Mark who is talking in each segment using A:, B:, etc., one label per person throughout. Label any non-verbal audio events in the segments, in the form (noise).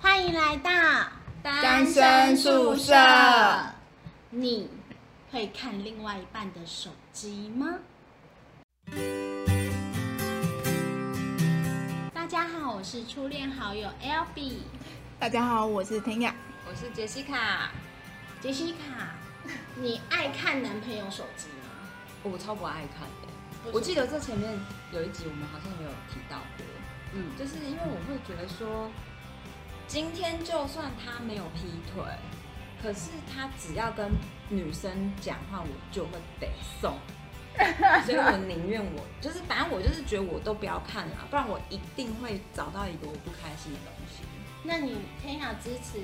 A: 欢迎来到
B: 单身宿舍
A: 你会看另外一半的手机吗？大家好，我是初恋好友 L B
B: 大家好，我是婷雅。
C: 我是杰西卡，
A: 杰西卡。你爱看男朋友手机吗？
C: 哦我超不爱看的。
A: 为什么
C: 我记得这前面有一集我们好像也有提到过，嗯，就是因为我会觉得说，今天就算他没有劈腿，可是他只要跟女生讲话，我就会得 (laughs) 送。所以我宁愿我就是，反正我就是觉得我都不要看了，不然我一定会找到一个我不开心的东西。
A: 那你偏向支持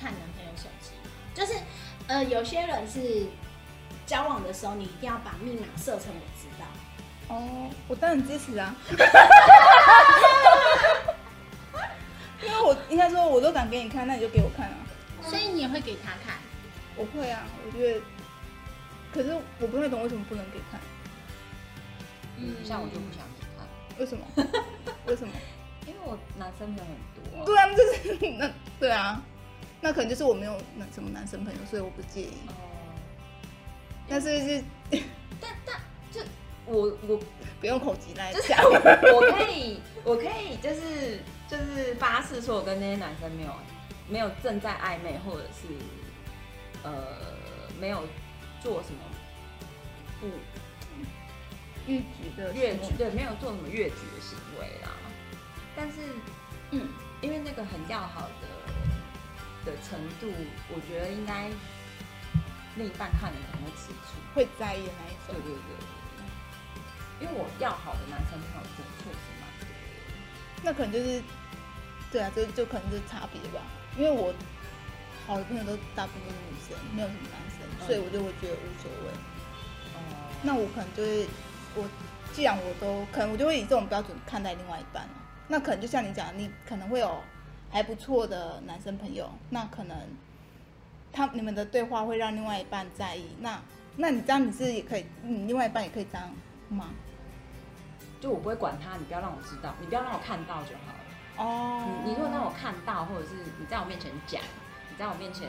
A: 看男朋友手机吗？就是呃，有些人是交往的时候，你一定要把密码设成我知道。
B: 哦，我当然支持 (laughs) 啊，因为我应该说我都敢给你看，那你就给我看啊。
A: 所以你也会给他
B: (laughs)
A: 看，
B: 我会啊，我觉得，可是我不太懂为什么不能给看，
C: 嗯，像我就不想给看，
B: 为 (laughs) 什么？为什么？
C: 因为我男生朋友很多啊、
B: 对啊，就是那对啊，那可能就是我没有那什么男生朋友，所以我不介意。
C: 哦，
B: 但是是
C: 我我
B: 不用口急来
C: 就是
B: 讲，
C: 我我可以，我可以，就是就是发誓说，我跟那些男生没有没有正在暧昧，或者是呃没有做什么不
B: 越举的
C: 越
B: 行为
C: 矩，对，没有做什么越矩的行为啦。但是，
A: 嗯，
C: 因为那个很要好的的程度，我觉得应该另一半看了可能会吃醋。
B: 会在意的那一
C: 对
B: 种。
C: 对对，因为我要好的男生朋友真的确实蛮多的。
B: 那可能就是，对啊，就就可能就是差别吧。因为我好的朋友都大部分都是女生，没有什么男生，
C: 嗯
B: 所以我就会觉得无所谓。
C: 哦
B: 那我可能就是我，既然我都可能我就会以这种标准看待另外一半啊。那可能就像你讲，你可能会有还不错的男生朋友，那可能他你们的对话会让另外一半在意。那那你这样你是也可以，你另外一半也可以这样吗？
C: 就我不会管他，你不要让我知道，你不要让我看到就好了。
B: 哦
C: 你你如果让我看到，或者是你在我面前讲，你在我面前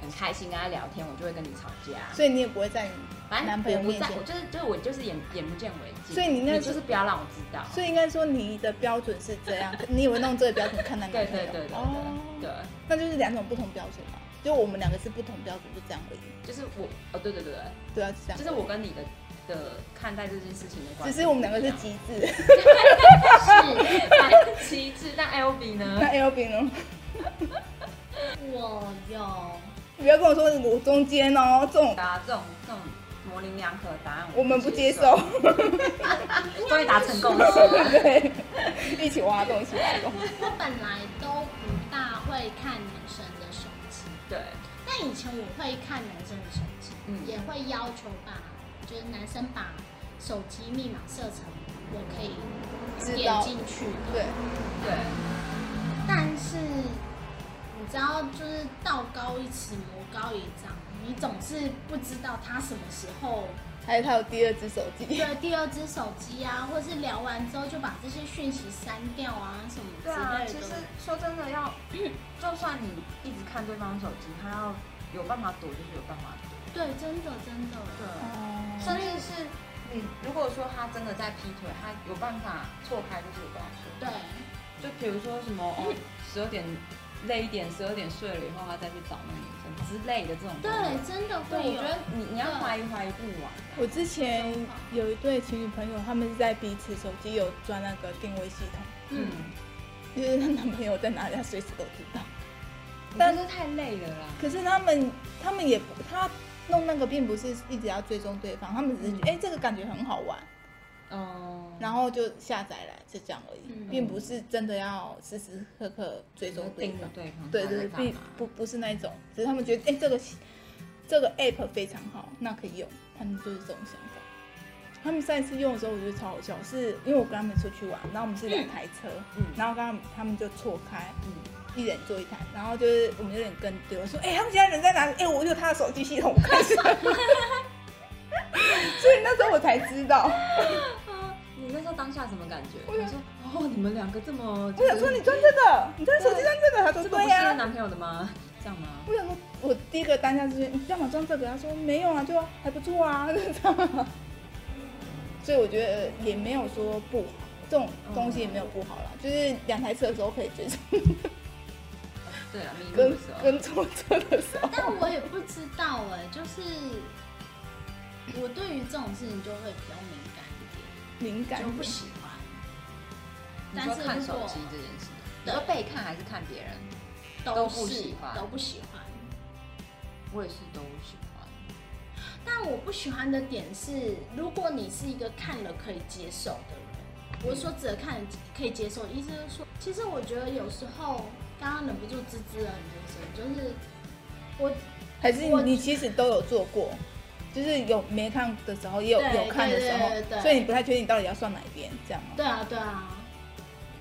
C: 很开心跟他聊天，我就会跟你吵架。
B: 所以你也不会在你
C: 反正
B: 男朋友
C: 我不
B: 面
C: 在，
B: 前
C: 我就是就是我就是眼眼不见为净。
B: 所以你那
C: 就是不要让我知道。
B: 所以应该说你的标准是这样， (laughs) 可你也会弄这个标准看待
C: 对
B: 男朋
C: 对
B: 友？
C: 对对对、
B: 哦，
C: 对，
B: 那就是两种不同标准嘛，就我们两个是不同标准，就这样而已。
C: 就是我哦对对对对，
B: 对啊，就这样。
C: 就是我跟你的的看待这件事情的关
B: 只
C: 系。
B: 是我们两个是
C: (laughs)
B: 极致。 (laughs)
A: 是
C: 是极致，但 L B 呢
B: 那？L B 呢？
A: 我有。
B: 你不要跟我说我中间哦，这种
C: 啊，这种这种模棱两可的答案，
B: 我们不接
C: 接
B: 受，。
C: 终于达成共识
B: (laughs)
C: 了。
B: 对，一起挖洞，一起挖洞。
A: 我本来都不大会看女生的手机，
C: 对，
A: 但以前我会看男生的手机，
C: 嗯
A: 也会要求把就是男生把手机密码设成我可以
B: 知
A: 点
B: 道
A: 进去的。
B: 对，
C: 对。
A: 但是你知道，就是道高一尺，魔高一丈，你总是不知道他什么时
C: (laughs)
A: 候
B: 还有他有第二只手机，
A: 对第二只手机啊，或是聊完之后就把这些讯息删掉啊什么之
C: 对啊，
A: 类
C: 其
A: 的。
C: 实说真的要，就算你一直看对方手机，他要有办法躲就是有办法躲。
A: 对，真的真的。
C: 对，啊
B: 哦，
C: 甚至是你如果说他真的在劈腿，他有办法错开就是有办法错。
A: 对，
C: 就比如说什么哦，十二点累一点，十二点睡了以后，他再去找那个女生之类的这种。啊
A: 对，真的
C: 对，
A: 会
C: 啊我
A: 有
C: 觉。得你你要怀疑怀疑不完。
B: (laughs) 我之前有一对情侣朋友，他们是在彼此手机有装那个定位系统，
A: 嗯
C: 嗯，
B: 就是她男朋友在哪里，她随时都知道。
C: 但是太累了啦。
B: 可是他们他们也不他弄那个并不是一直要追踪对方，他们只是觉得哎、诶这个感觉很好玩，
C: 哦。
B: 然后就下载来就这样而已，
A: 嗯
B: 并不是真的要时时刻刻追踪对
C: 盯着
B: 方。
C: 嗯对方，
B: 对对对，
C: 干
B: 并
C: 嘛？
B: 不不是那一种，只是他们觉得哎、诶这个这个 app 非常好，那可以用，他们就是这种想法。他们上一次用的时候，我觉得超好笑，是因为我跟他们出去玩，然后我们是两台车，
C: 嗯
B: 然后刚刚他们就错开，
C: 嗯，
B: 一人坐一台，然后就是我们有点跟丢，说哎、欸他们现在人在哪里？哎、我有他的手机系统，我看一 (laughs) 下。所以那时候我才知道，
C: 啊你那时候当下什么感觉？我想说，哦，你们两个这么，啊
B: 我想说你装这个，你装手机装这个，他说
C: 这个不
B: 对
C: 是
B: 呀、
C: 男男朋友的吗？这样吗？
B: 我想说，我第一个单下之前，你干嘛装这个？他说没有啊，就还不错啊， (laughs) 就这样。所以我觉得也没有说不好，这种东西也没有不好啦，就是两台车的时候可以追踪，
C: 对啊，迷路
B: 跟
C: 的时候，
B: 跟错车的时候，
A: 但我也不知道哎、就是我对于这种事情就会比较敏感一
B: 敏感
A: 点，就不喜欢。
C: 你
A: 但
C: 说
A: 是
C: 看
A: 如
C: 手
A: 果
C: 机这件事，你
A: 对
C: 说被看还是看别人？
A: 都
C: 都
A: 是
C: 不喜欢
A: 都不喜欢。
C: 我也是都喜欢。
A: 但我不喜欢的点是，如果你是一个看了可以接受的
C: 嗯
A: 人，我说只看可以接受，意思是说，其实我觉得有时候刚刚忍不住滋滋了很多声，就是我
B: 还是
A: 我
B: 你其实都有做过，就是有没看的时候，也有
A: 对
B: 有看的时
A: 对对对
B: 候，所以你不太确定你到底要算哪一边，这样吗？
A: 对啊对啊，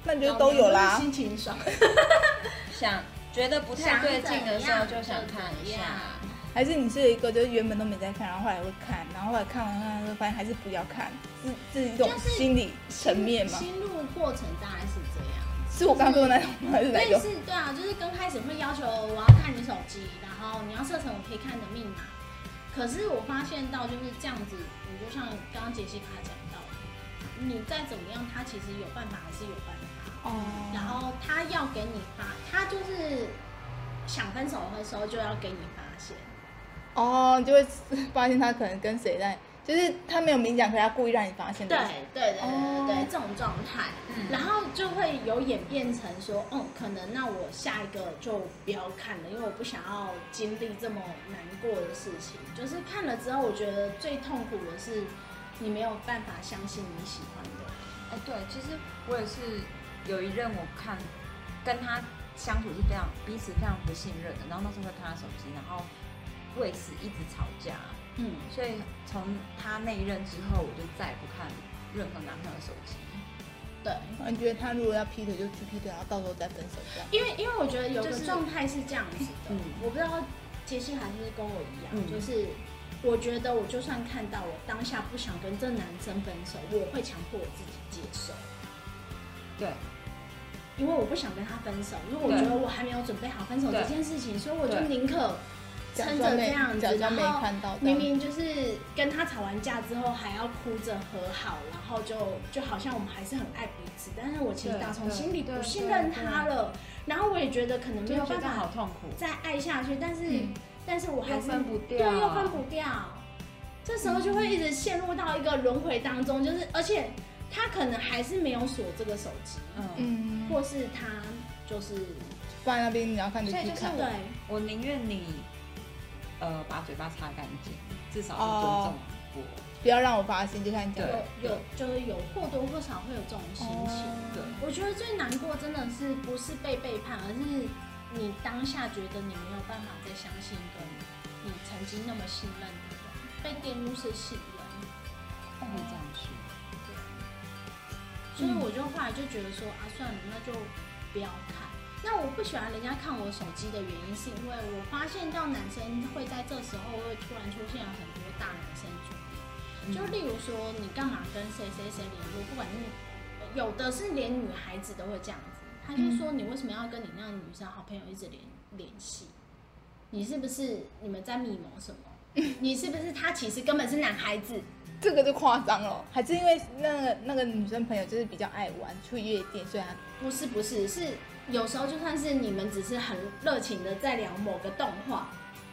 B: 那你就都有啦
A: 心。情爽。
C: 想觉得不太对劲的时候，就想看一
A: 想怎样就怎
C: 下
A: 样。
B: 还是你是一个就是原本都没在看，然后后来会看，然后后来看完看完之后发现还是不要看，是是一种
A: 就是
B: 心理层面嘛？
A: 心路过程当然是这样。
B: 是我刚刚说的那种吗？还是 (laughs) 哪一
A: 类
B: 种？
A: 似对啊，就是刚开始会要求我要看你手机，然后你要设成我可以看的密码。可是我发现到就是这样子，你就像刚刚杰西卡讲到的，你再怎么样，他其实有办法还是有办法。然
B: 哦，
A: 后他要给你发，他就是想分手的时候就要给你发现。
B: 哦，你就会发现他可能跟谁在，就是他没有明讲，可是他故意让你发现。
A: 对
B: 就是
A: 对对对对，
B: 哦
A: 这种状态，
C: 嗯
A: 然后就会有演变成说，哦，可能那我下一个就不要看了，因为我不想要经历这么难过的事情。就是看了之后，我觉得最痛苦的是你没有办法相信你喜欢的人。
C: 哎，对，其实我也是有一任我看跟他相处是非常彼此非常不信任的，然后那时候会看他手机，然后为此一直吵架，
A: 嗯，
C: 所以从他那一任之后，我就再也不看任何男朋友的手机。
A: 对，
B: 啊你觉得他如果要劈腿就去劈腿，然后到时候再分手这样？
A: 因为因为我觉得有
C: 就
A: 个
C: 是
A: 状态是这样子的，
C: 嗯
A: 我不知道杰西还是跟我一样，
C: 嗯
A: 就是我觉得我就算看到我当下不想跟这男生分手，我会强迫我自己接受。
C: 对，
A: 因为我不想跟他分手，因为我觉得我还没有准备好分手这件事情，所以我就宁可
B: 假
A: 撑
B: 装
A: 着这
B: 没
A: 样
B: 假
A: 子，
B: 装没
A: 然后
B: 看到这
A: 明
B: 样。
A: 明就是跟他吵完架之后还要哭着和好，然后就就好像我们还是很爱彼此，但是我其实
C: 对
A: 打从
C: 对
A: 心里
C: 对
A: 不
C: 对
A: 信任他了，然后我也觉得可能没
C: 就
A: 有
C: 觉
A: 办
C: 得好
A: 法
C: 痛苦，
A: 再爱下去，但是、
B: 嗯
A: 但是我还
C: 又
A: 是
C: 分不掉，
A: 对，又分不掉。这时候就会一直陷入到一个轮回当中，就是而且他可能还是没有锁这个手机，
C: 嗯，
B: 嗯，
A: 或是他就是
B: 放在那边你要看就
C: 所以
A: 哎
B: 去
C: 就是
B: 看。
A: 对，
C: 我宁愿你呃把嘴巴擦干净，至少是尊重
B: 哦
C: 我。
B: 不要让我发现，就像你讲的，
A: 有有就是有或多或少会有这种心情。
C: 对，
A: 我觉得最难过真的是不是被背叛，而是你当下觉得你没有办法再相信一个你曾经那么信任的人，被玷污是信任。
C: 哦会这样
B: 哦
C: 说。
A: 所以我就后来就觉得说啊，算了，那就不要看。那我不喜欢人家看我手机的原因，是因为我发现到男生会在这时候会突然出现了很多大男生主义，就例如说你干嘛跟谁谁谁联络，不管是呃有的是连女孩子都会这样子，他就说你为什么要跟你那个女生好朋友一直联联系？你是不是你们在密谋什么？你是不是他其实根本是男孩子？
B: 这个就夸张了。还是因为那个那个女生朋友就是比较爱玩，去夜店，所以她
A: 不是不是，是有时候就算是你们只是很热情的在聊某个动画，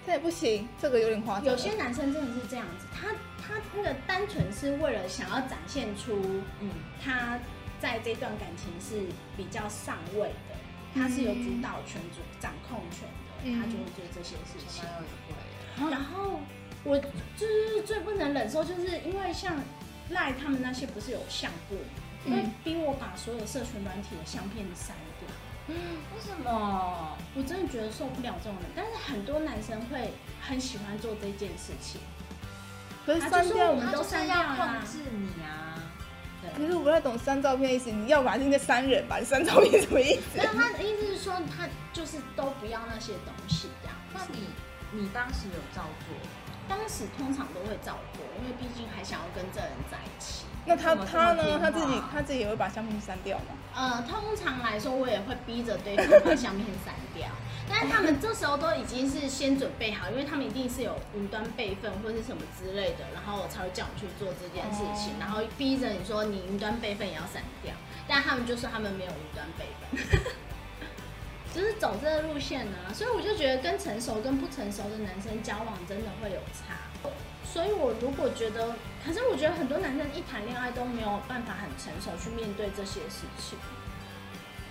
B: 这也不行，这个有点夸张了。
A: 有些男生真的是这样子，他他那个单纯是为了想要展现出
C: 嗯，
A: 他在这段感情是比较上位的，他是有主导权、主掌控权的，
B: 嗯
A: 他就会做这些事情。
C: 蛮有也会。啊
A: 然后我就是最不能忍受，就是因为像赖他们那些不是有相簿吗，
B: 嗯
A: 会逼我把所有社群软体的相片删掉。
C: 为什么？
A: 我真的觉得受不了这种人，但是很多男生会很喜欢做这件事情。
B: 可啊是
A: 他就
B: 删
A: 说
B: 掉
A: 我
B: 我
A: 们
B: 们，
A: 都删掉了
C: 控制你啊！
B: 可是我不太懂删照片的意思。你要把那个删人吧，你删照片什么意思？
A: 没有，他的意思是说他就是都不要那些东西这样。
C: 那你你当时有照做吗？
A: 当时通常都会照顾，因为毕竟还想要跟这人在一起。
B: (laughs) 那他
C: 怎么这
B: 他
C: 么
B: 呢？
C: 听
B: 他自己
C: 话
B: 他自己也会把相片删掉吗？
A: 呃，通常来说，我也会逼着对方把相片删掉。 (laughs) 但是他们这时候都已经是先准备好，因为他们一定是有云端备份或是什么之类的，然后才会叫你去做这件事情，
B: 哦
A: 然后逼着你说你云端备份也要删掉，但他们就说他们没有云端备份， (laughs) 就是走这个路线呢、所以我就觉得跟成熟跟不成熟的男生交往真的会有差。所以我如果觉得，可是我觉得很多男生一谈恋爱都没有办法很成熟去面对这些事情。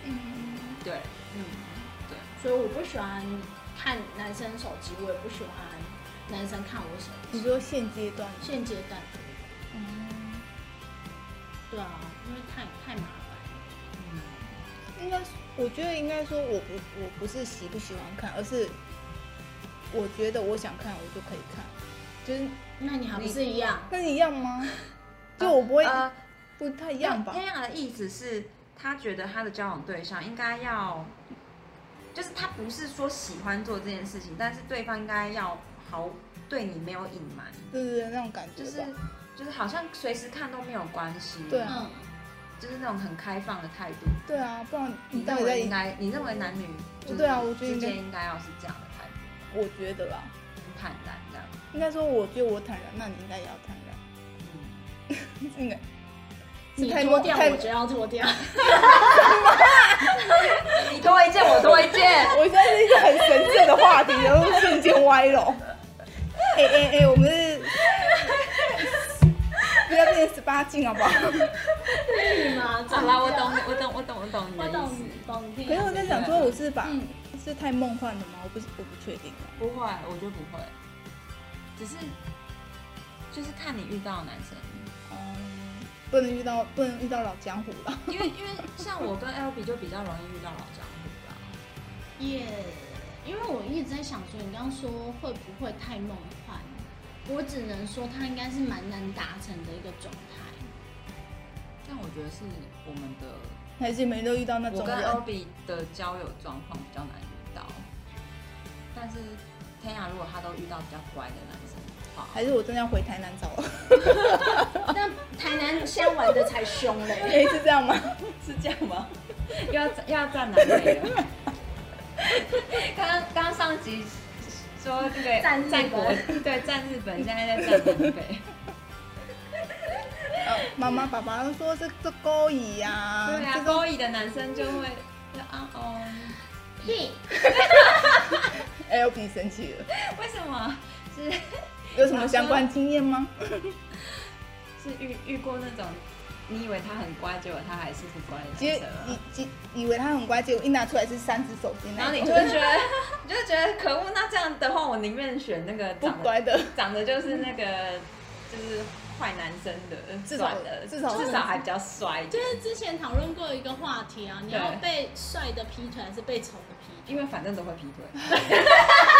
B: 嗯，
C: 对，
A: 嗯，对，所以我不喜欢看男生手机，我也不喜欢男生看我手
B: 你
A: 机。
B: 说现阶段，
A: 现阶段，
B: 嗯，
A: 对啊，因为太太麻烦
C: 嗯，
B: 应该是，我觉得应该说，我不我不是喜不喜欢看，而是我觉得我想看我就可以看，就是
A: 了。那你还不是一样？
B: 跟你一样
C: (laughs)
B: 吗？就我不会、
C: 呃，
B: 不太一样吧？
C: 天雅的意思是，他觉得他的交往对象应该要，就是他不是说喜欢做这件事情，但是对方应该要好对你没有隐瞒，
B: 对对对，那种感觉
C: 就
B: 吧。
C: 是就是好像随时看都没有关系，
B: 对啊
A: 嗯，
C: 就是那种很开放的态度。
B: 对啊，不然你
C: 你
B: 到
C: 认
B: 底在
C: 为应？该，你认为男女就是
B: 对啊我觉得应
C: 之
B: 该
C: 间应该要是这样的态度，
B: 我觉得啦，
C: 很坦然这样。
B: 应该说，我觉得我坦然，那你应该也要坦然。 (laughs)
C: 嗯，
B: 应该
A: 你
B: 太
A: 脱掉
B: 太
A: 我就要脱掉。
C: 你多一件，我多一 (laughs) 件。
B: 我现在是一个很神圣的话题，然后瞬间歪
C: (laughs)
B: 楼。哎哎哎，我们是不要变十八禁好不好？
A: 是吗？
C: 好啦，我懂，你，我懂，我懂，我懂你
A: 我
C: 的意
A: 懂
C: 思。
A: 懂你。
B: 可是我在想说，我是把、
A: 嗯
B: 是太梦幻了吗？我不是我不确定啊。
C: 不会，我觉得不会，只是就是看你遇到的男生，哦
B: 嗯，不能遇到不能遇到老江湖了。
C: 因为因为像我跟 L B 就比较容易遇到老江湖啦。
A: 也因为我一直在想说，你刚刚说会不会太梦幻？我只能说，它应该是蛮难达成的一个状态。
C: 但我觉得是我们的，
B: (laughs) 还是没都遇到那
C: 我
B: 种
C: 跟
B: 人
C: L B 的交友状况比较难遇到，但是天雅如果她都遇到比较乖的男生的话，
B: 还是我真的要回台南找了？
A: 但台南现在玩的才凶嘞，
B: (laughs) 哎，是这
C: (laughs)
B: 样吗？
C: 是这样吗？又要又要站南北了。刚刚刚刚上集说这个
A: 站日本
C: 国，对站日本，现在在站南北。
B: 呃妈妈爸爸都说这这勾引呀，
C: 哦对啊，
B: 这
C: 高一的男生就会就啊
B: (laughs)
C: 哦，
A: 屁！
B: L B 生气了，
C: 为什么？是
B: 有什么相关经验吗？
C: 啊是遇遇过那种你以为他很乖，结果他还是不乖的
B: 结
C: 男生啊
B: 以
C: 吗。
B: 以以为他很乖，结果一拿出来是三只手机
C: 然
B: 那
C: 后
B: 一
C: 你
B: 种，
C: 就会觉得，你就会觉得可恶。那这样的话，我宁愿选那个
B: (laughs) 不
C: 长得
B: 乖的，
C: 长得就是那个就是坏男生的，
B: 至少
C: 算了，
B: 至少
C: 至少还比较帅，
A: 就是之前讨论过一个话题啊，你要
C: 对
A: 被帅的劈腿还是被丑的劈腿？
C: 因为反正都会劈
B: (laughs)
C: 腿。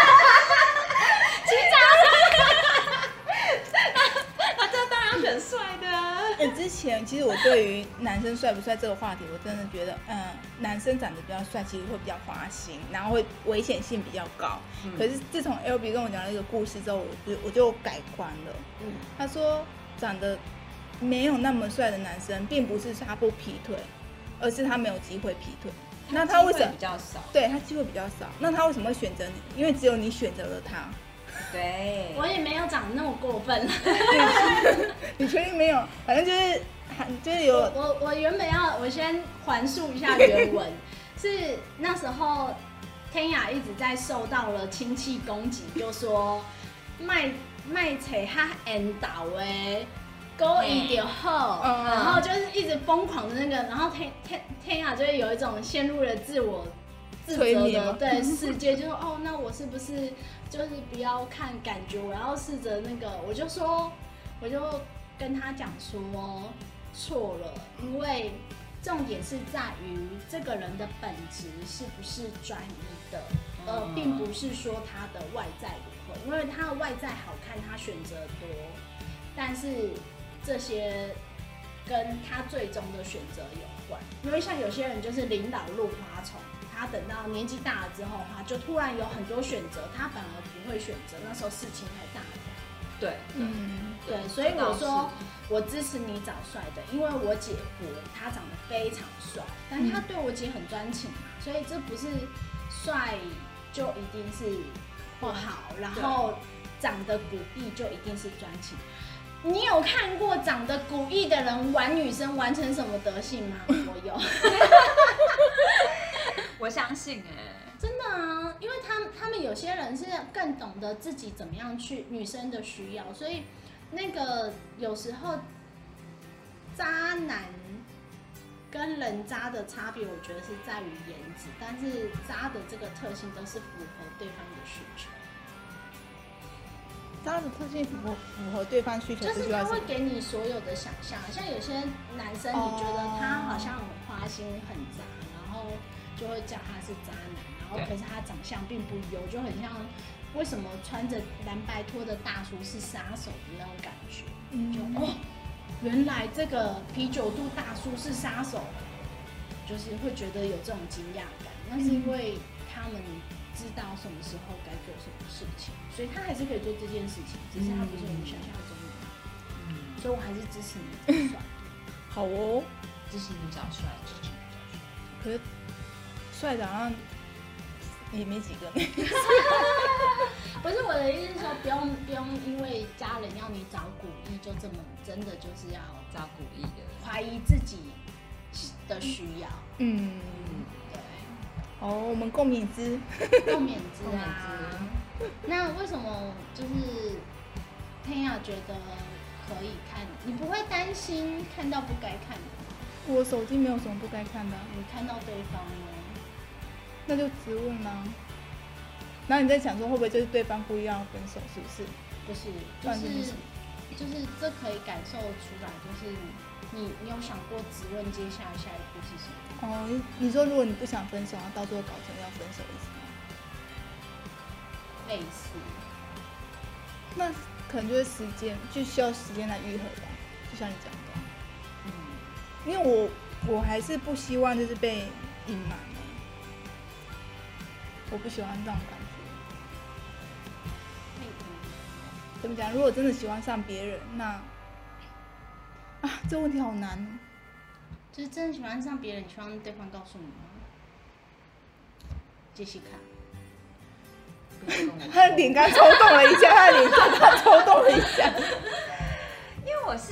C: (laughs) 那啊这当然选帅的啊。
B: 哎、之前其实我对于男生帅不帅这个话题，我真的觉得，嗯，男生长得比较帅，其实会比较花心，然后会危险性比较高。
C: 嗯
B: 可是自从 L B 跟我讲了一个故事之后，我就我就改观了。
A: 嗯，
B: 他说，长得没有那么帅的男生，并不是他不劈腿，而是他没有机会劈腿。那他为什
C: 机
B: 么
C: 会比？较少？
B: 对他机会比较少，那他为什么会选择你？因为只有你选择了他。 (laughs)
C: 对，
A: 我也没有长得那么过分啦。
B: 你确定没有？反正就是，还就是有
C: 哦
A: 我我我原本要，我先还述一下原文，是那时候天雅一直在受到了亲戚攻击，就说卖卖菜哈缘投诶，欸勾引就
C: 哦
A: 好，
B: 嗯
A: 然后就是一直疯狂的那个，然后天天天雅就会有一种陷入了自我。自
B: 催
A: 责
B: 眠
A: 的
B: 吗
A: 对世界，就说哦，那我是不是就是不要看感觉，我要试着那个，我就说，我就跟他讲说错了，因为重点是在于这个人的本质是不是专一的，呃
C: 嗯，
A: 并不是说他的外在如何，因为他的外在好看，他选择多，但是这些跟他最终的选择有关。因为像有些人就是领导入花丛，他等到年纪大了之后，他就突然有很多选择，他反而不会选择，那时候事情太大了。
C: 对，
B: 嗯，
A: 对，所以我说我支持你找帅的，因为我姐夫他长得非常帅，但他对我姐很专情嘛，所以这不是帅就一定是不好，然后长得古意就一定是专情。你有看过长得古意的人玩女生玩成什么德性吗？我有，
C: 我相信哎、
A: 真的啊，因为他们他们有些人是更懂得自己怎么样去女生的需要，所以那个有时候渣男跟人渣的差别，我觉得是在于颜值，但是渣的这个特性都是符合对方的需求，
B: 他的特性符合符合对方需求，
A: 就是
B: 需要
A: 他
B: 什
A: 会
B: 么？
A: 给你所有的想象，像有些男生你觉
B: 哦
A: 得他好像很花心很渣，然后就会叫他是渣男，然后
C: 对
A: 可是他长相并不优，就很像为什么穿着蓝白拖的大叔是杀手的那种感觉，
B: 嗯
A: 就哦，原来这个啤酒肚大叔是杀手，就是会觉得有这种惊讶感，那是因为他们知道什么时候该做什么事情，所以他还是可以做这件事情，只是他不是我们想象中的。
C: 嗯，
A: 所以我还是支持你
B: (laughs)
A: 的
B: 好哦，
C: 这是你找出来的，这是你找出来的
B: 可是帅的好像也没几个呢。
A: 不是我的意思是说，不用不用，因为家人要你找古意，就这么真的就是要
C: 找古意的，
A: 怀疑自己的需要，
B: 嗯，
C: 嗯，
B: (laughs)
A: 对，
B: 好，我们共勉之。
A: 共勉之
C: 共勉
A: 啊
C: 之。
A: 那为什么就是天雅觉得可以看？你不会担心看到不该看的，
B: 我手机没有什么不该看的啊，
A: 你看到对方呢？
B: 那就直问啦、然后你在想说会不会就是对方故意让我分手，是不是？
A: 不是，
B: 不
A: 就
B: 然就是
A: 是
B: 什么
A: 就是这可以感受出来，就是你你有想过质问接下来下一步是什么？
B: 哦，你你说如果你不想分手，然啊后到最后搞成要分手的意思吗？
A: 类似，
B: 那可能就是时间，就需要时间来愈合吧。就像你讲的，
C: 嗯，
B: 因为我我还是不希望就是被隐瞒欸，我不喜欢这种感觉。
A: 那个
B: 怎么讲？如果真的喜欢上别人，那啊，这问题好难哦。
A: (laughs) 就是真的喜欢上别人，你希望对方告诉你吗？杰西卡，
C: 不要跟我
B: 他的脸刚抽动了一下，他的脸刚刚抽动了一
A: (laughs)
B: 下。
C: 因为我是，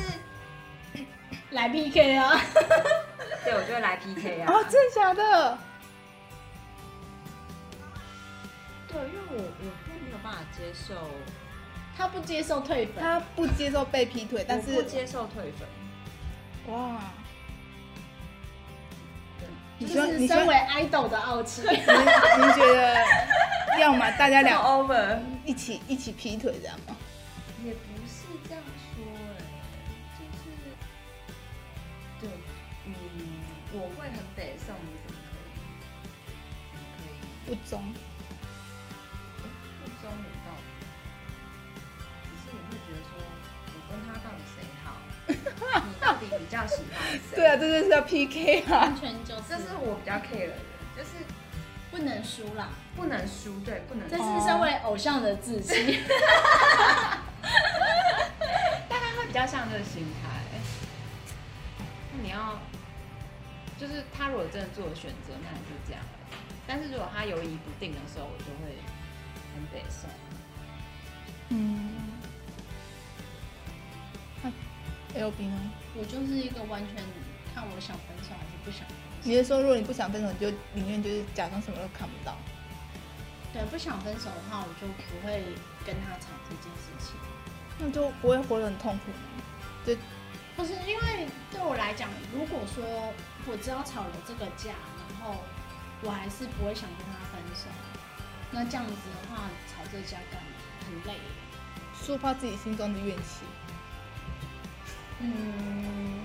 A: 来 PK 啊！
C: 对我就会来 PK 啊，
B: 哦，真的假的？
C: 对，因为我我会没有办法接受，
A: (laughs) 他不接受退粉，
B: 他不接受被劈腿，但
C: 我不
B: 是
C: 接受退粉，
B: 哇，你
A: 就
B: 希望
A: 是
B: 你希望
A: 身为 idol 的傲 (laughs) 气。
B: 您您觉得，要么大家
C: 这么
B: 俩
C: over
B: 一起一起劈腿这样吗？
C: 也不是这样说哎、就是对，嗯，我会很北宋，你怎么可以？可以。
B: 不忠，
C: 不忠我到底，只是我会觉得说，我跟他到底谁好？你到底比较喜欢
B: (laughs)
C: 谁？
B: 对啊，，这就是要 PK 啊
A: 完。全就是，
C: 这是我比较 care 的，就是
A: 不能输啦，
C: 不能输，对，不能
A: 这
C: 输。
A: 是身为偶像的自信。
C: 大概会比较像这个心态。那你要，就是他如果真的做了选择，那你就这样。但是如果他犹疑不定的时候，我就会很北宋。
B: 嗯，那 L B 呢？
A: (laughs) 我就是一个完全看我想分手还是不想分手，
B: 你是说如果你不想分手，你就宁愿就是假装什么都看不到？
A: 对，不想分手的话，我就不会跟他吵这件事情。
B: 那就不会活得很痛苦吗？就
A: 不是因为对我来讲，如果说我知道吵了这个架，然后我还是不会想跟他分手，那这样子的话，吵这架干嘛？很累。
B: 抒发自己心中的怨气，
A: 嗯，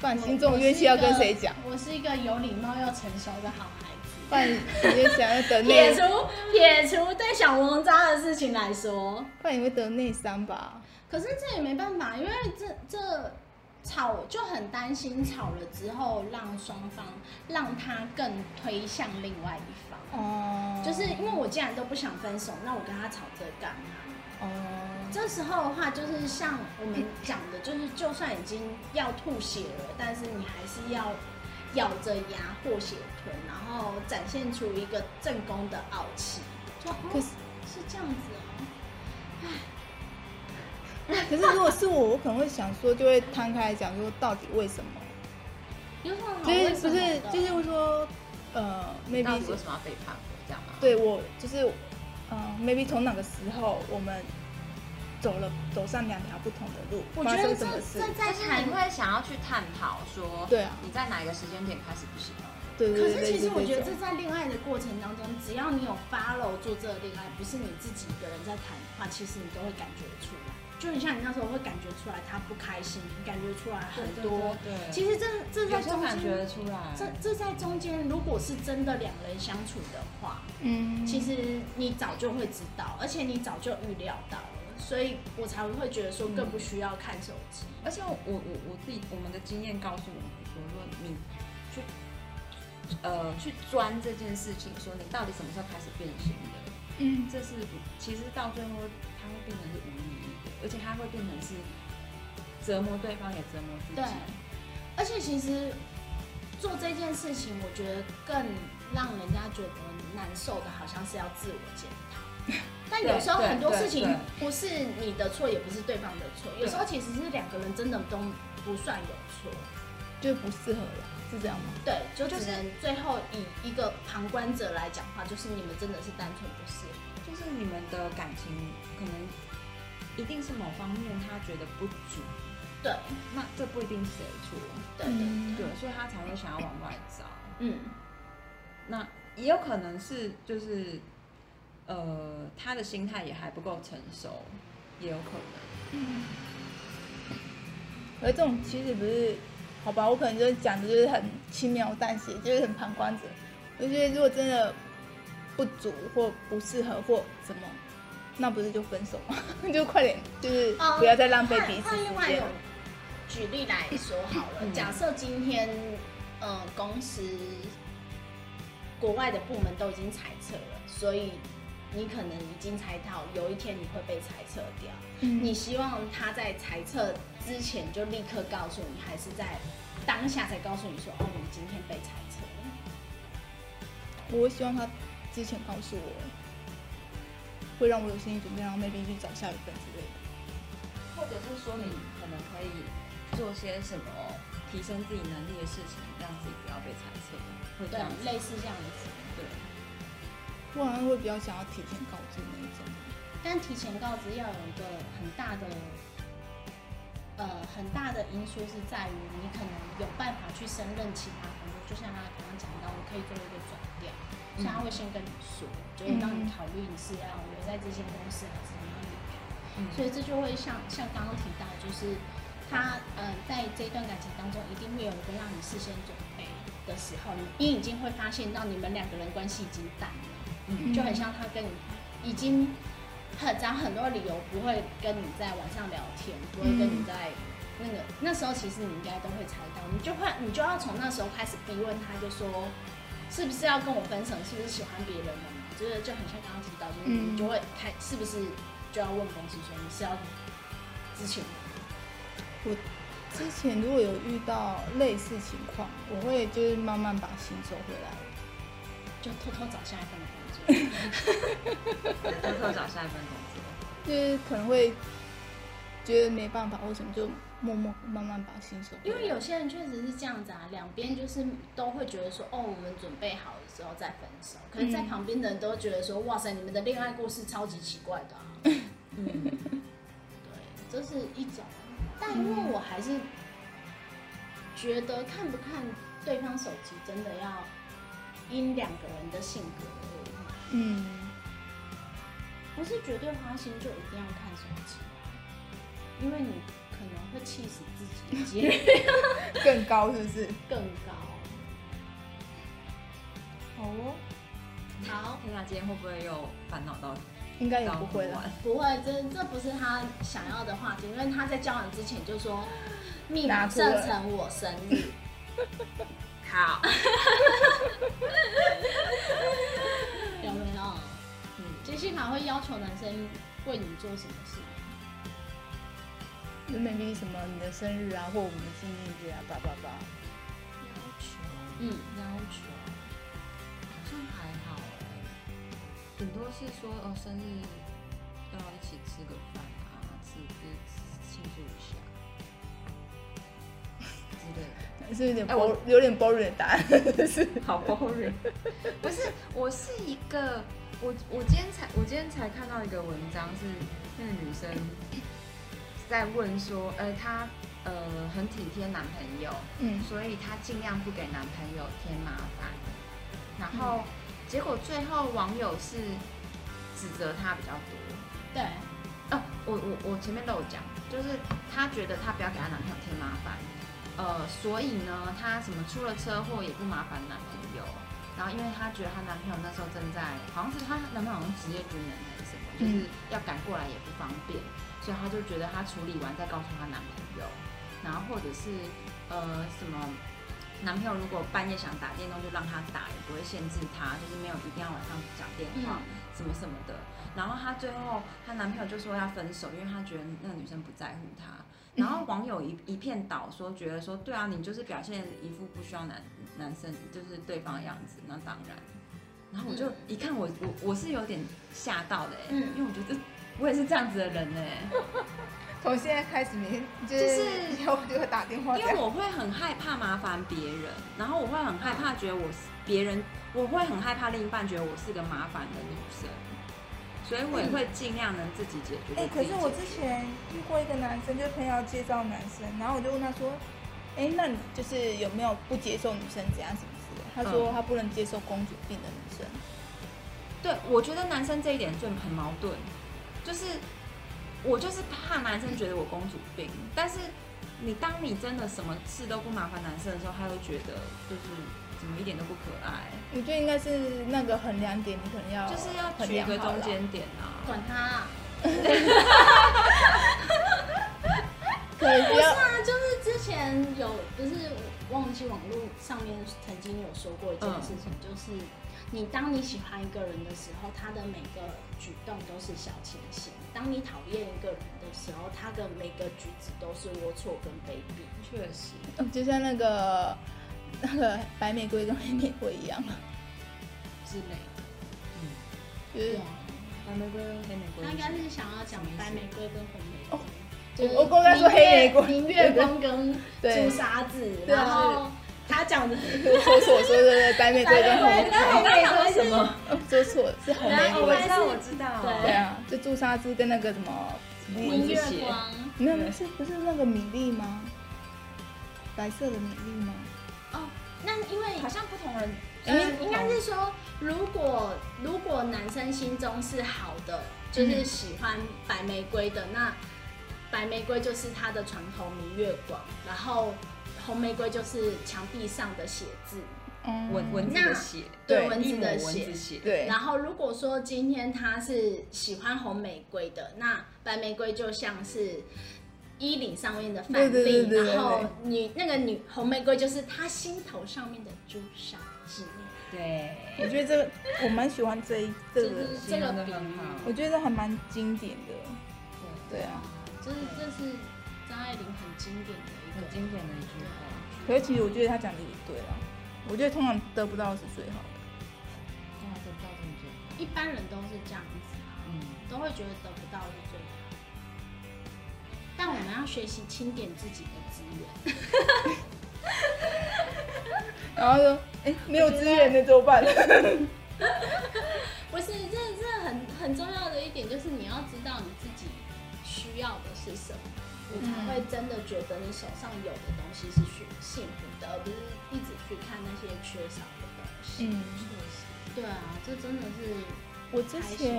B: 不然心中的怨气要跟谁 (laughs) 讲？
A: 我是一个有礼貌又成熟的好孩
B: 不
A: 子。
B: 然你会想要得内
A: 撇，除撇除对小王渣的事情来说，
B: 不然你会得内伤吧？
A: 可是这也没办法，因为这这吵就很担心吵了之后让双方让他更推向另外一方。
B: 哦，
A: 就是因为我既然都不想分手，那我跟他吵这干嘛？
B: 哦，
A: 这时候的话，就是像我们讲的，就是就算已经要吐血了，但是你还是要咬着牙或血吞，然后后展现出一个正宫的傲气，就
B: 可
A: 哦
B: 是
A: 是这样子哦。
B: 可是如果是我，我可能会想说，就会摊开来讲说到底为什么？
A: 有什么好
B: 就是
A: 为什
B: 不是
A: 么的
B: 就是会说，呃
D: 到
B: ，maybe
D: 底为什么要背叛我？这样吗？
B: 对我就是，呃，maybe 从哪个时候我们走了走上两条不同的路，
A: 我
B: 发
A: 觉
B: 生
A: 得
B: 什么
A: 这
B: 事？
A: 这在
C: 就是
A: 谈
C: 你会想要去探讨说，
B: 对啊
C: 你在哪一个时间点开始不行？
B: 对对
A: 可
B: 对
A: 是其实我觉得
B: 这
A: 这在恋爱的过程当中，只要你有 follow 做这个恋爱，不是你自己一个人在谈的话，其实你都会感觉出来。就很像你那时候会感觉出来他不开心，感觉出来很多。
C: 对对
A: 其实这这
C: 有
A: 在
C: 时候
A: 中
C: 感觉
A: 间，
C: 得出来，
A: 这这在中间，如果是真的两人相处的话，
B: 嗯，
A: 其实你早就会知道，而且你早就预料到了，所以我才会觉得说更不需要看手机。
C: 而且我我我我自己我们的经验告诉我们说，说你去呃去钻这件事情，说你到底什么时候开始变心的，
B: 嗯
C: 这是不其实到最后它会变成是无意义的，而且它会变成是折磨对方也折磨自己。
A: 对，而且其实做这件事情，我觉得更让人家觉得难受的，好像是要自我检讨。
C: (laughs)
A: 但有时候
C: 对
A: 很多
C: 对
A: 事情
C: 对
A: 不是你的错，也不是对方的错，有时候其实是两个人真的都不算有错。
B: 就不适合了，是这样吗？
A: 对，就
C: 就
A: 只
C: 是
A: 能最后以一个旁观者来讲话，就是你们真的是单纯不是。
C: 就是你们的感情可能一定是某方面他觉得不足，
A: 对，
C: 那这不一定是谁的错，
A: 对对，
B: 嗯，
C: 对，所以他才会想要往外找。
A: 嗯，
C: 那也有可能是就是，呃，他的心态也还不够成熟，也有可能。
B: 而这种其实不是，好吧，我可能就是讲的就是很轻描淡写，就是很旁观者。我觉得如果真的不足或不适合或怎么，那不是就分手吗？ (laughs) 就快点，就是
A: 哦
B: 不要再浪费彼此
A: 换换另外
B: 时
A: 一
B: 间
A: 种
B: 了。
A: 举例来说好了，
C: 嗯
A: 假设今天，呃，公司国外的部门都已经裁撤了，所以你可能已经猜到有一天你会被裁撤掉。
B: 嗯
A: 你希望他在裁撤之前就立刻告诉你，还是在当下才告诉你说，哦，你今天被裁撤了？
B: 我会希望他之前告诉我，会让我有心理准备，然后 maybe 去找下一份之类的。
C: 或者是说，你可能可以做些什么提升自己能力的事情，让自己不要被猜测，会这
A: 对啊
C: 样子。，
B: 啊
A: 类似这样子。
C: 对，
B: 我好像会比较想要提前告知那一种。
A: 但提前告知要有一个很大的，呃，很大的因素是在于你可能有办法去胜任其他工作，就像他刚刚讲到，我可以做一个转调，所以他会先跟你说，就是让你考虑你是要留在这间公司还是你要离开。
C: 嗯
A: 所以这就会像像刚刚提到，就是他呃，在这一段感情当中，一定会有一个让你事先准备的时候，你你已经会发现到你们两个人关系已经淡了。
C: 嗯
A: 就很像他跟你已经很找很多理由不会跟你在晚上聊天，不会跟你在那个、那时候，其实你应该都会猜到，你就会你就要从那时候开始逼问他，就说是不是要跟我分手，是不是喜欢别人了嘛？就是就很像刚刚提到，就是
B: 嗯
A: 你就会开是不是就要问公司说你是要之前
B: 之前如果有遇到类似情况，我会就是慢慢把心收回来。
A: 就偷偷找下一份工作，
C: 偷偷嗯找下一份工作。
B: 就是可能会觉得没办法或什么，就默默慢慢把心收回来。
A: 因为有些人确实是这样子啊，两边就是都会觉得说，哦，我们准备好了之后再分手。可是，在
B: 嗯
A: 旁边的人都觉得说，哇塞，你们的恋爱故事超级奇怪的、啊。 (laughs)
C: 嗯，
A: 对，这是一种。啊但因为我还是觉得看不看对方手机，真的要因两个人的性格而已，
B: 嗯，
A: 不是绝对花心就一定要看手机，因为你可能会气死自己，几率
B: 更高是不是？
A: 更高。
B: 哦，
A: 好，
C: 天啊，今天会不会又烦恼到
B: 应该也
C: 到
B: 不会
C: 很
B: 了。
C: 晚
A: 不会，这这不是他想要的话题，因为他在交往之前就说密码
B: 拿出了
A: 设成我生日，
C: 好，
A: 有没有？
C: 嗯，
A: 杰西卡会要求男生为你做什么事？
B: 就 maybe 什么你的生日啊，或我们的纪念日啊，叭叭叭。
A: 嗯，
C: 要求像还好哎、顶多是说哦生日要一起吃个饭啊，吃就是庆祝一下之类的。
B: 是有点
C: 哎
B: b o
C: 我
B: 有点 boring 的答案，是
C: 好 boring。不是，我是一个，我我今天才我今天才看到一个文章是，那个女生在问说，呃，她呃很体贴男朋友，
B: 嗯
C: 所以她尽量不给男朋友添麻烦，然后、结果最后网友是指责她比较多。
A: 对，
C: 哦，我我我前面都有讲，就是她觉得她不要给她男朋友添麻烦，呃，所以呢，她什么出了车祸也不麻烦男朋友，然后因为她觉得她男朋友那时候正在，好像是她男朋友好像职业军人还是什么，就是要赶过来也不方便，所以她就觉得她处理完再告诉她男朋友，然后或者是呃什么。男朋友如果半夜想打电动，就让他打，也不会限制他，就是没有一定要晚上讲电
A: 嗯
C: 话、什么什么的。然后她最后她男朋友就说要分手，因为她觉得那个女生不在乎她。然后网友一一片倒说，觉得说对啊，你就是表现一副不需要男男生就是对方的样子，那当然。然后我就一看我我我是有点吓到的、欸，
A: 嗯
C: 因为我觉得我也是这样子的人欸呢、
B: 从现在开始每天就
C: 就是
B: 以后就会打电话这
C: 因
B: 样，
C: 为我会很害怕麻烦别人，然后我会很害怕觉得我是别人，我会很害怕另一半觉得我是个麻烦的女生，所以我也会尽量能自己解决。
B: 哎、
C: 就
B: 可
C: 自己
B: 是我
C: 解
B: 之
C: 决
B: 前遇过一个男生，就是朋友介绍男生，然后我就问他说，哎、那你就是有没有不接受女生怎样什么之类的？他说
C: 嗯
B: 他不能接受公主病的女生。
C: 对，我觉得男生这一点最很矛盾，就是我就是怕男生觉得我公主病，但是你当你真的什么事都不麻烦男生的时候，他会觉得就是怎么一点都不可爱，
B: 我觉得应该是那个衡量点，你可能要
C: 就是要
B: 衡
C: 取一
B: 量
C: 个
B: 好
C: 中
B: 了。
C: 间点啊。
A: 管他、啊，
B: 可能
A: 不
B: 不
A: 是
B: 要
A: 啊，就是之前有不是忘记网络上面曾经有说过一件事情，就是你当你喜欢一个人的时候，他的每个举动都是小清新；当你讨厌一个人的时候，他的每个举止都是龌龊跟卑鄙。
C: 确实，
B: 嗯就像那个那个白玫瑰跟黑玫瑰一样，
C: 之类的。嗯，
B: 就是
A: 啊
C: 白玫瑰、黑玫
A: 他应该是想要讲白玫瑰跟红玫瑰。就是
B: 哦我刚刚说黑玫瑰
A: 明月明月光跟
B: 对
A: 朱砂痣，
B: 对
A: 然后他讲的
B: 说错说的白玫瑰跟红
A: 白玫瑰跟红
B: 玫瑰
C: 你哎刚刚
A: 玫
C: 讲
A: 瑰
C: 什么？
B: 哦说错了是红玫
A: (laughs) 哦
B: 瑰
C: 我。
A: 还
C: 知
A: 是
C: 道，我知道。
B: 对
A: 对
B: 啊，就朱砂痣跟那个什么，
C: 我
A: 明
C: 也
A: 月
C: 是写
A: 光，
B: 没有没有是不是那个米粒吗？白色的米粒吗？
A: 那因为
C: 好像不同人，
A: 应
B: 嗯
A: 应该是说，如果如果男生心中是好的，
B: 嗯
A: 就是喜欢白玫瑰的，那白玫瑰就是他的床头明月光，然后红玫瑰就是墙壁上的写字，
B: 嗯
C: 文文字
A: 那
C: 的写，
A: 对
B: 对
A: 文
C: 一
A: 字
C: 抹
A: 的
C: 文
A: 写
C: 字。写，
B: 对，
A: 然后如果说今天他是喜欢红玫瑰的，那白玫瑰就像是。衣领上面的
B: 对
A: 范
B: 对
A: 例，
B: 对对对
A: 然后女那个女红玫瑰就是她心头上面的朱砂痣，
C: 对，
B: 我觉得这个我蛮喜欢这一这
A: 就
B: 个
A: 是，
C: 形容得很好
B: 我觉得还蛮经典的。
C: 对
B: 对啊，
A: 就是这是张爱玲很经典的一
C: 很
A: 个。
C: 经典的一句话。
B: 可是其实我觉得他讲的也对啦，我觉得通常得不到是最好的。
C: 大啊家都不知道这么久。
A: 一般人都是这样子啊，
C: 嗯，
A: 都会觉得得不到是最好。但我们要学习清点自己的资源，
B: 然后说，哎，没有资源的怎么办？
A: 不是这这很很重要的一点就是你要知道你自己需要的是什么，你才会真的觉得你手上有的东西是幸幸福的，而不是一直去看那些缺少的东西。
B: 嗯，
A: 对啊，这真的是
B: 我之前，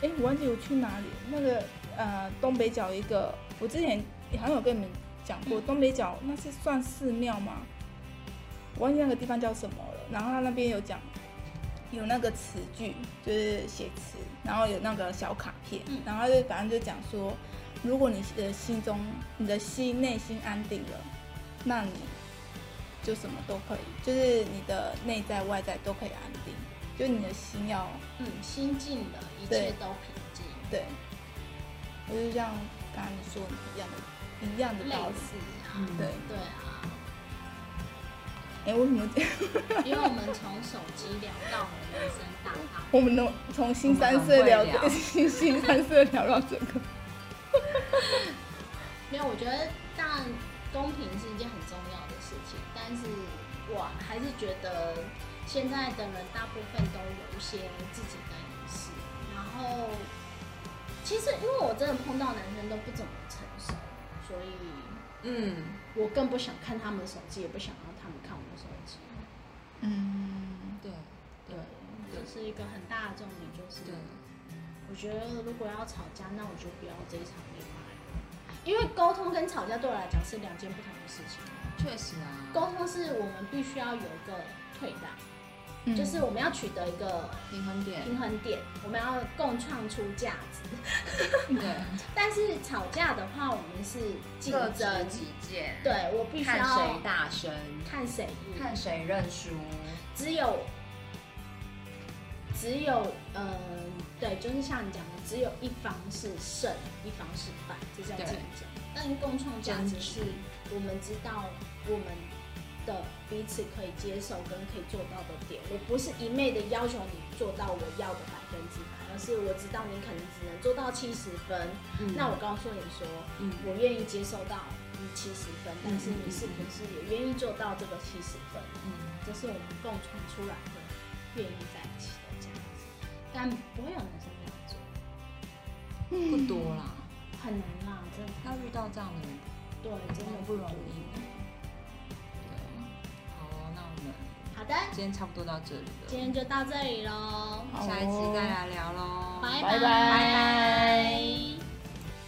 B: 哎，我忘记我去哪里，那个呃东北角有一个，我之前好像有跟你们讲过，东北角那是算寺庙吗？我忘记那个地方叫什么了。然后他那边有讲，有那个词句，就是写词，然后有那个小卡片，
A: 嗯
B: 然后就反正就讲说，如果你的心中、你的心内心安定了，那你就什么都可以，就是你的内在外在都可以安定，就你的心要
A: 嗯心境的一切
B: 对
A: 都平静。
B: 对。我就像刚刚你说的一样的，一样的
A: 类
B: 道理。
A: 似啊，
C: 嗯
B: 对，
A: 对啊，
B: 哎，为什么
A: 因为我们从手机聊到我们人生大道，
B: (laughs) 我们能从新三色聊
C: 我们很会聊
B: 新 (laughs) 新三色聊到这个？
A: 没有，我觉得当然公平是一件很重要的事情，但是我还是觉得现在的人大部分都有一些自己的隐私，然后其实因为我真的碰到男生都不怎么成熟，所以
C: 嗯，
A: 我更不想看他们的手机，也不想让他们看我的手机。
B: 嗯，
C: 对
A: 对，这是一个很大的重点，就是
C: 对
A: 我觉得如果要吵架，那我就不要这一场恋爱，因为沟通跟吵架对我来讲是两件不同的事情。
C: 确实啊，
A: 沟通是我们必须要有一个退让，
B: 嗯
A: 就是我们要取得一个
C: 平衡点，
A: 平衡点，我们要共创出价值。
C: 对，
A: 但是吵架的话，我们是竞
C: 各执
A: 争，
C: 己见，
A: 对我必须
C: 看谁
A: 要
C: 大声，
A: 看谁赢，
C: 看谁认输，
A: 只有只有嗯、呃，对，就是像你讲的，只有一方是胜，一方是败，这叫
C: 对
A: 竞争。但共创价值
C: 争执
A: 是我们知道我们的彼此可以接受跟可以做到的点。我不是一昧的要求你做到我要的百分之百，而是我知道你可能只能做到七十分，
C: 嗯
A: 那我告诉你说，
C: 嗯
A: 我愿意接受到你七十分，但是
C: 嗯嗯
A: 你是不是也愿意做到这个七十分？
C: 嗯，
A: 这是我们共创出来的愿意在一起的这样子，但不会有男生这样做，嗯
C: 不多啦，
A: 很难啦，真的，
C: 要遇到这样的人
A: 对，真的
C: 不容易。对，好哦，那我们
A: 好的，
C: 今天差不多到这里
A: 今
C: 了，
A: 天就到这里喽，
B: 好哦
C: 下一期再来聊喽，
A: 拜
B: 拜拜
A: 拜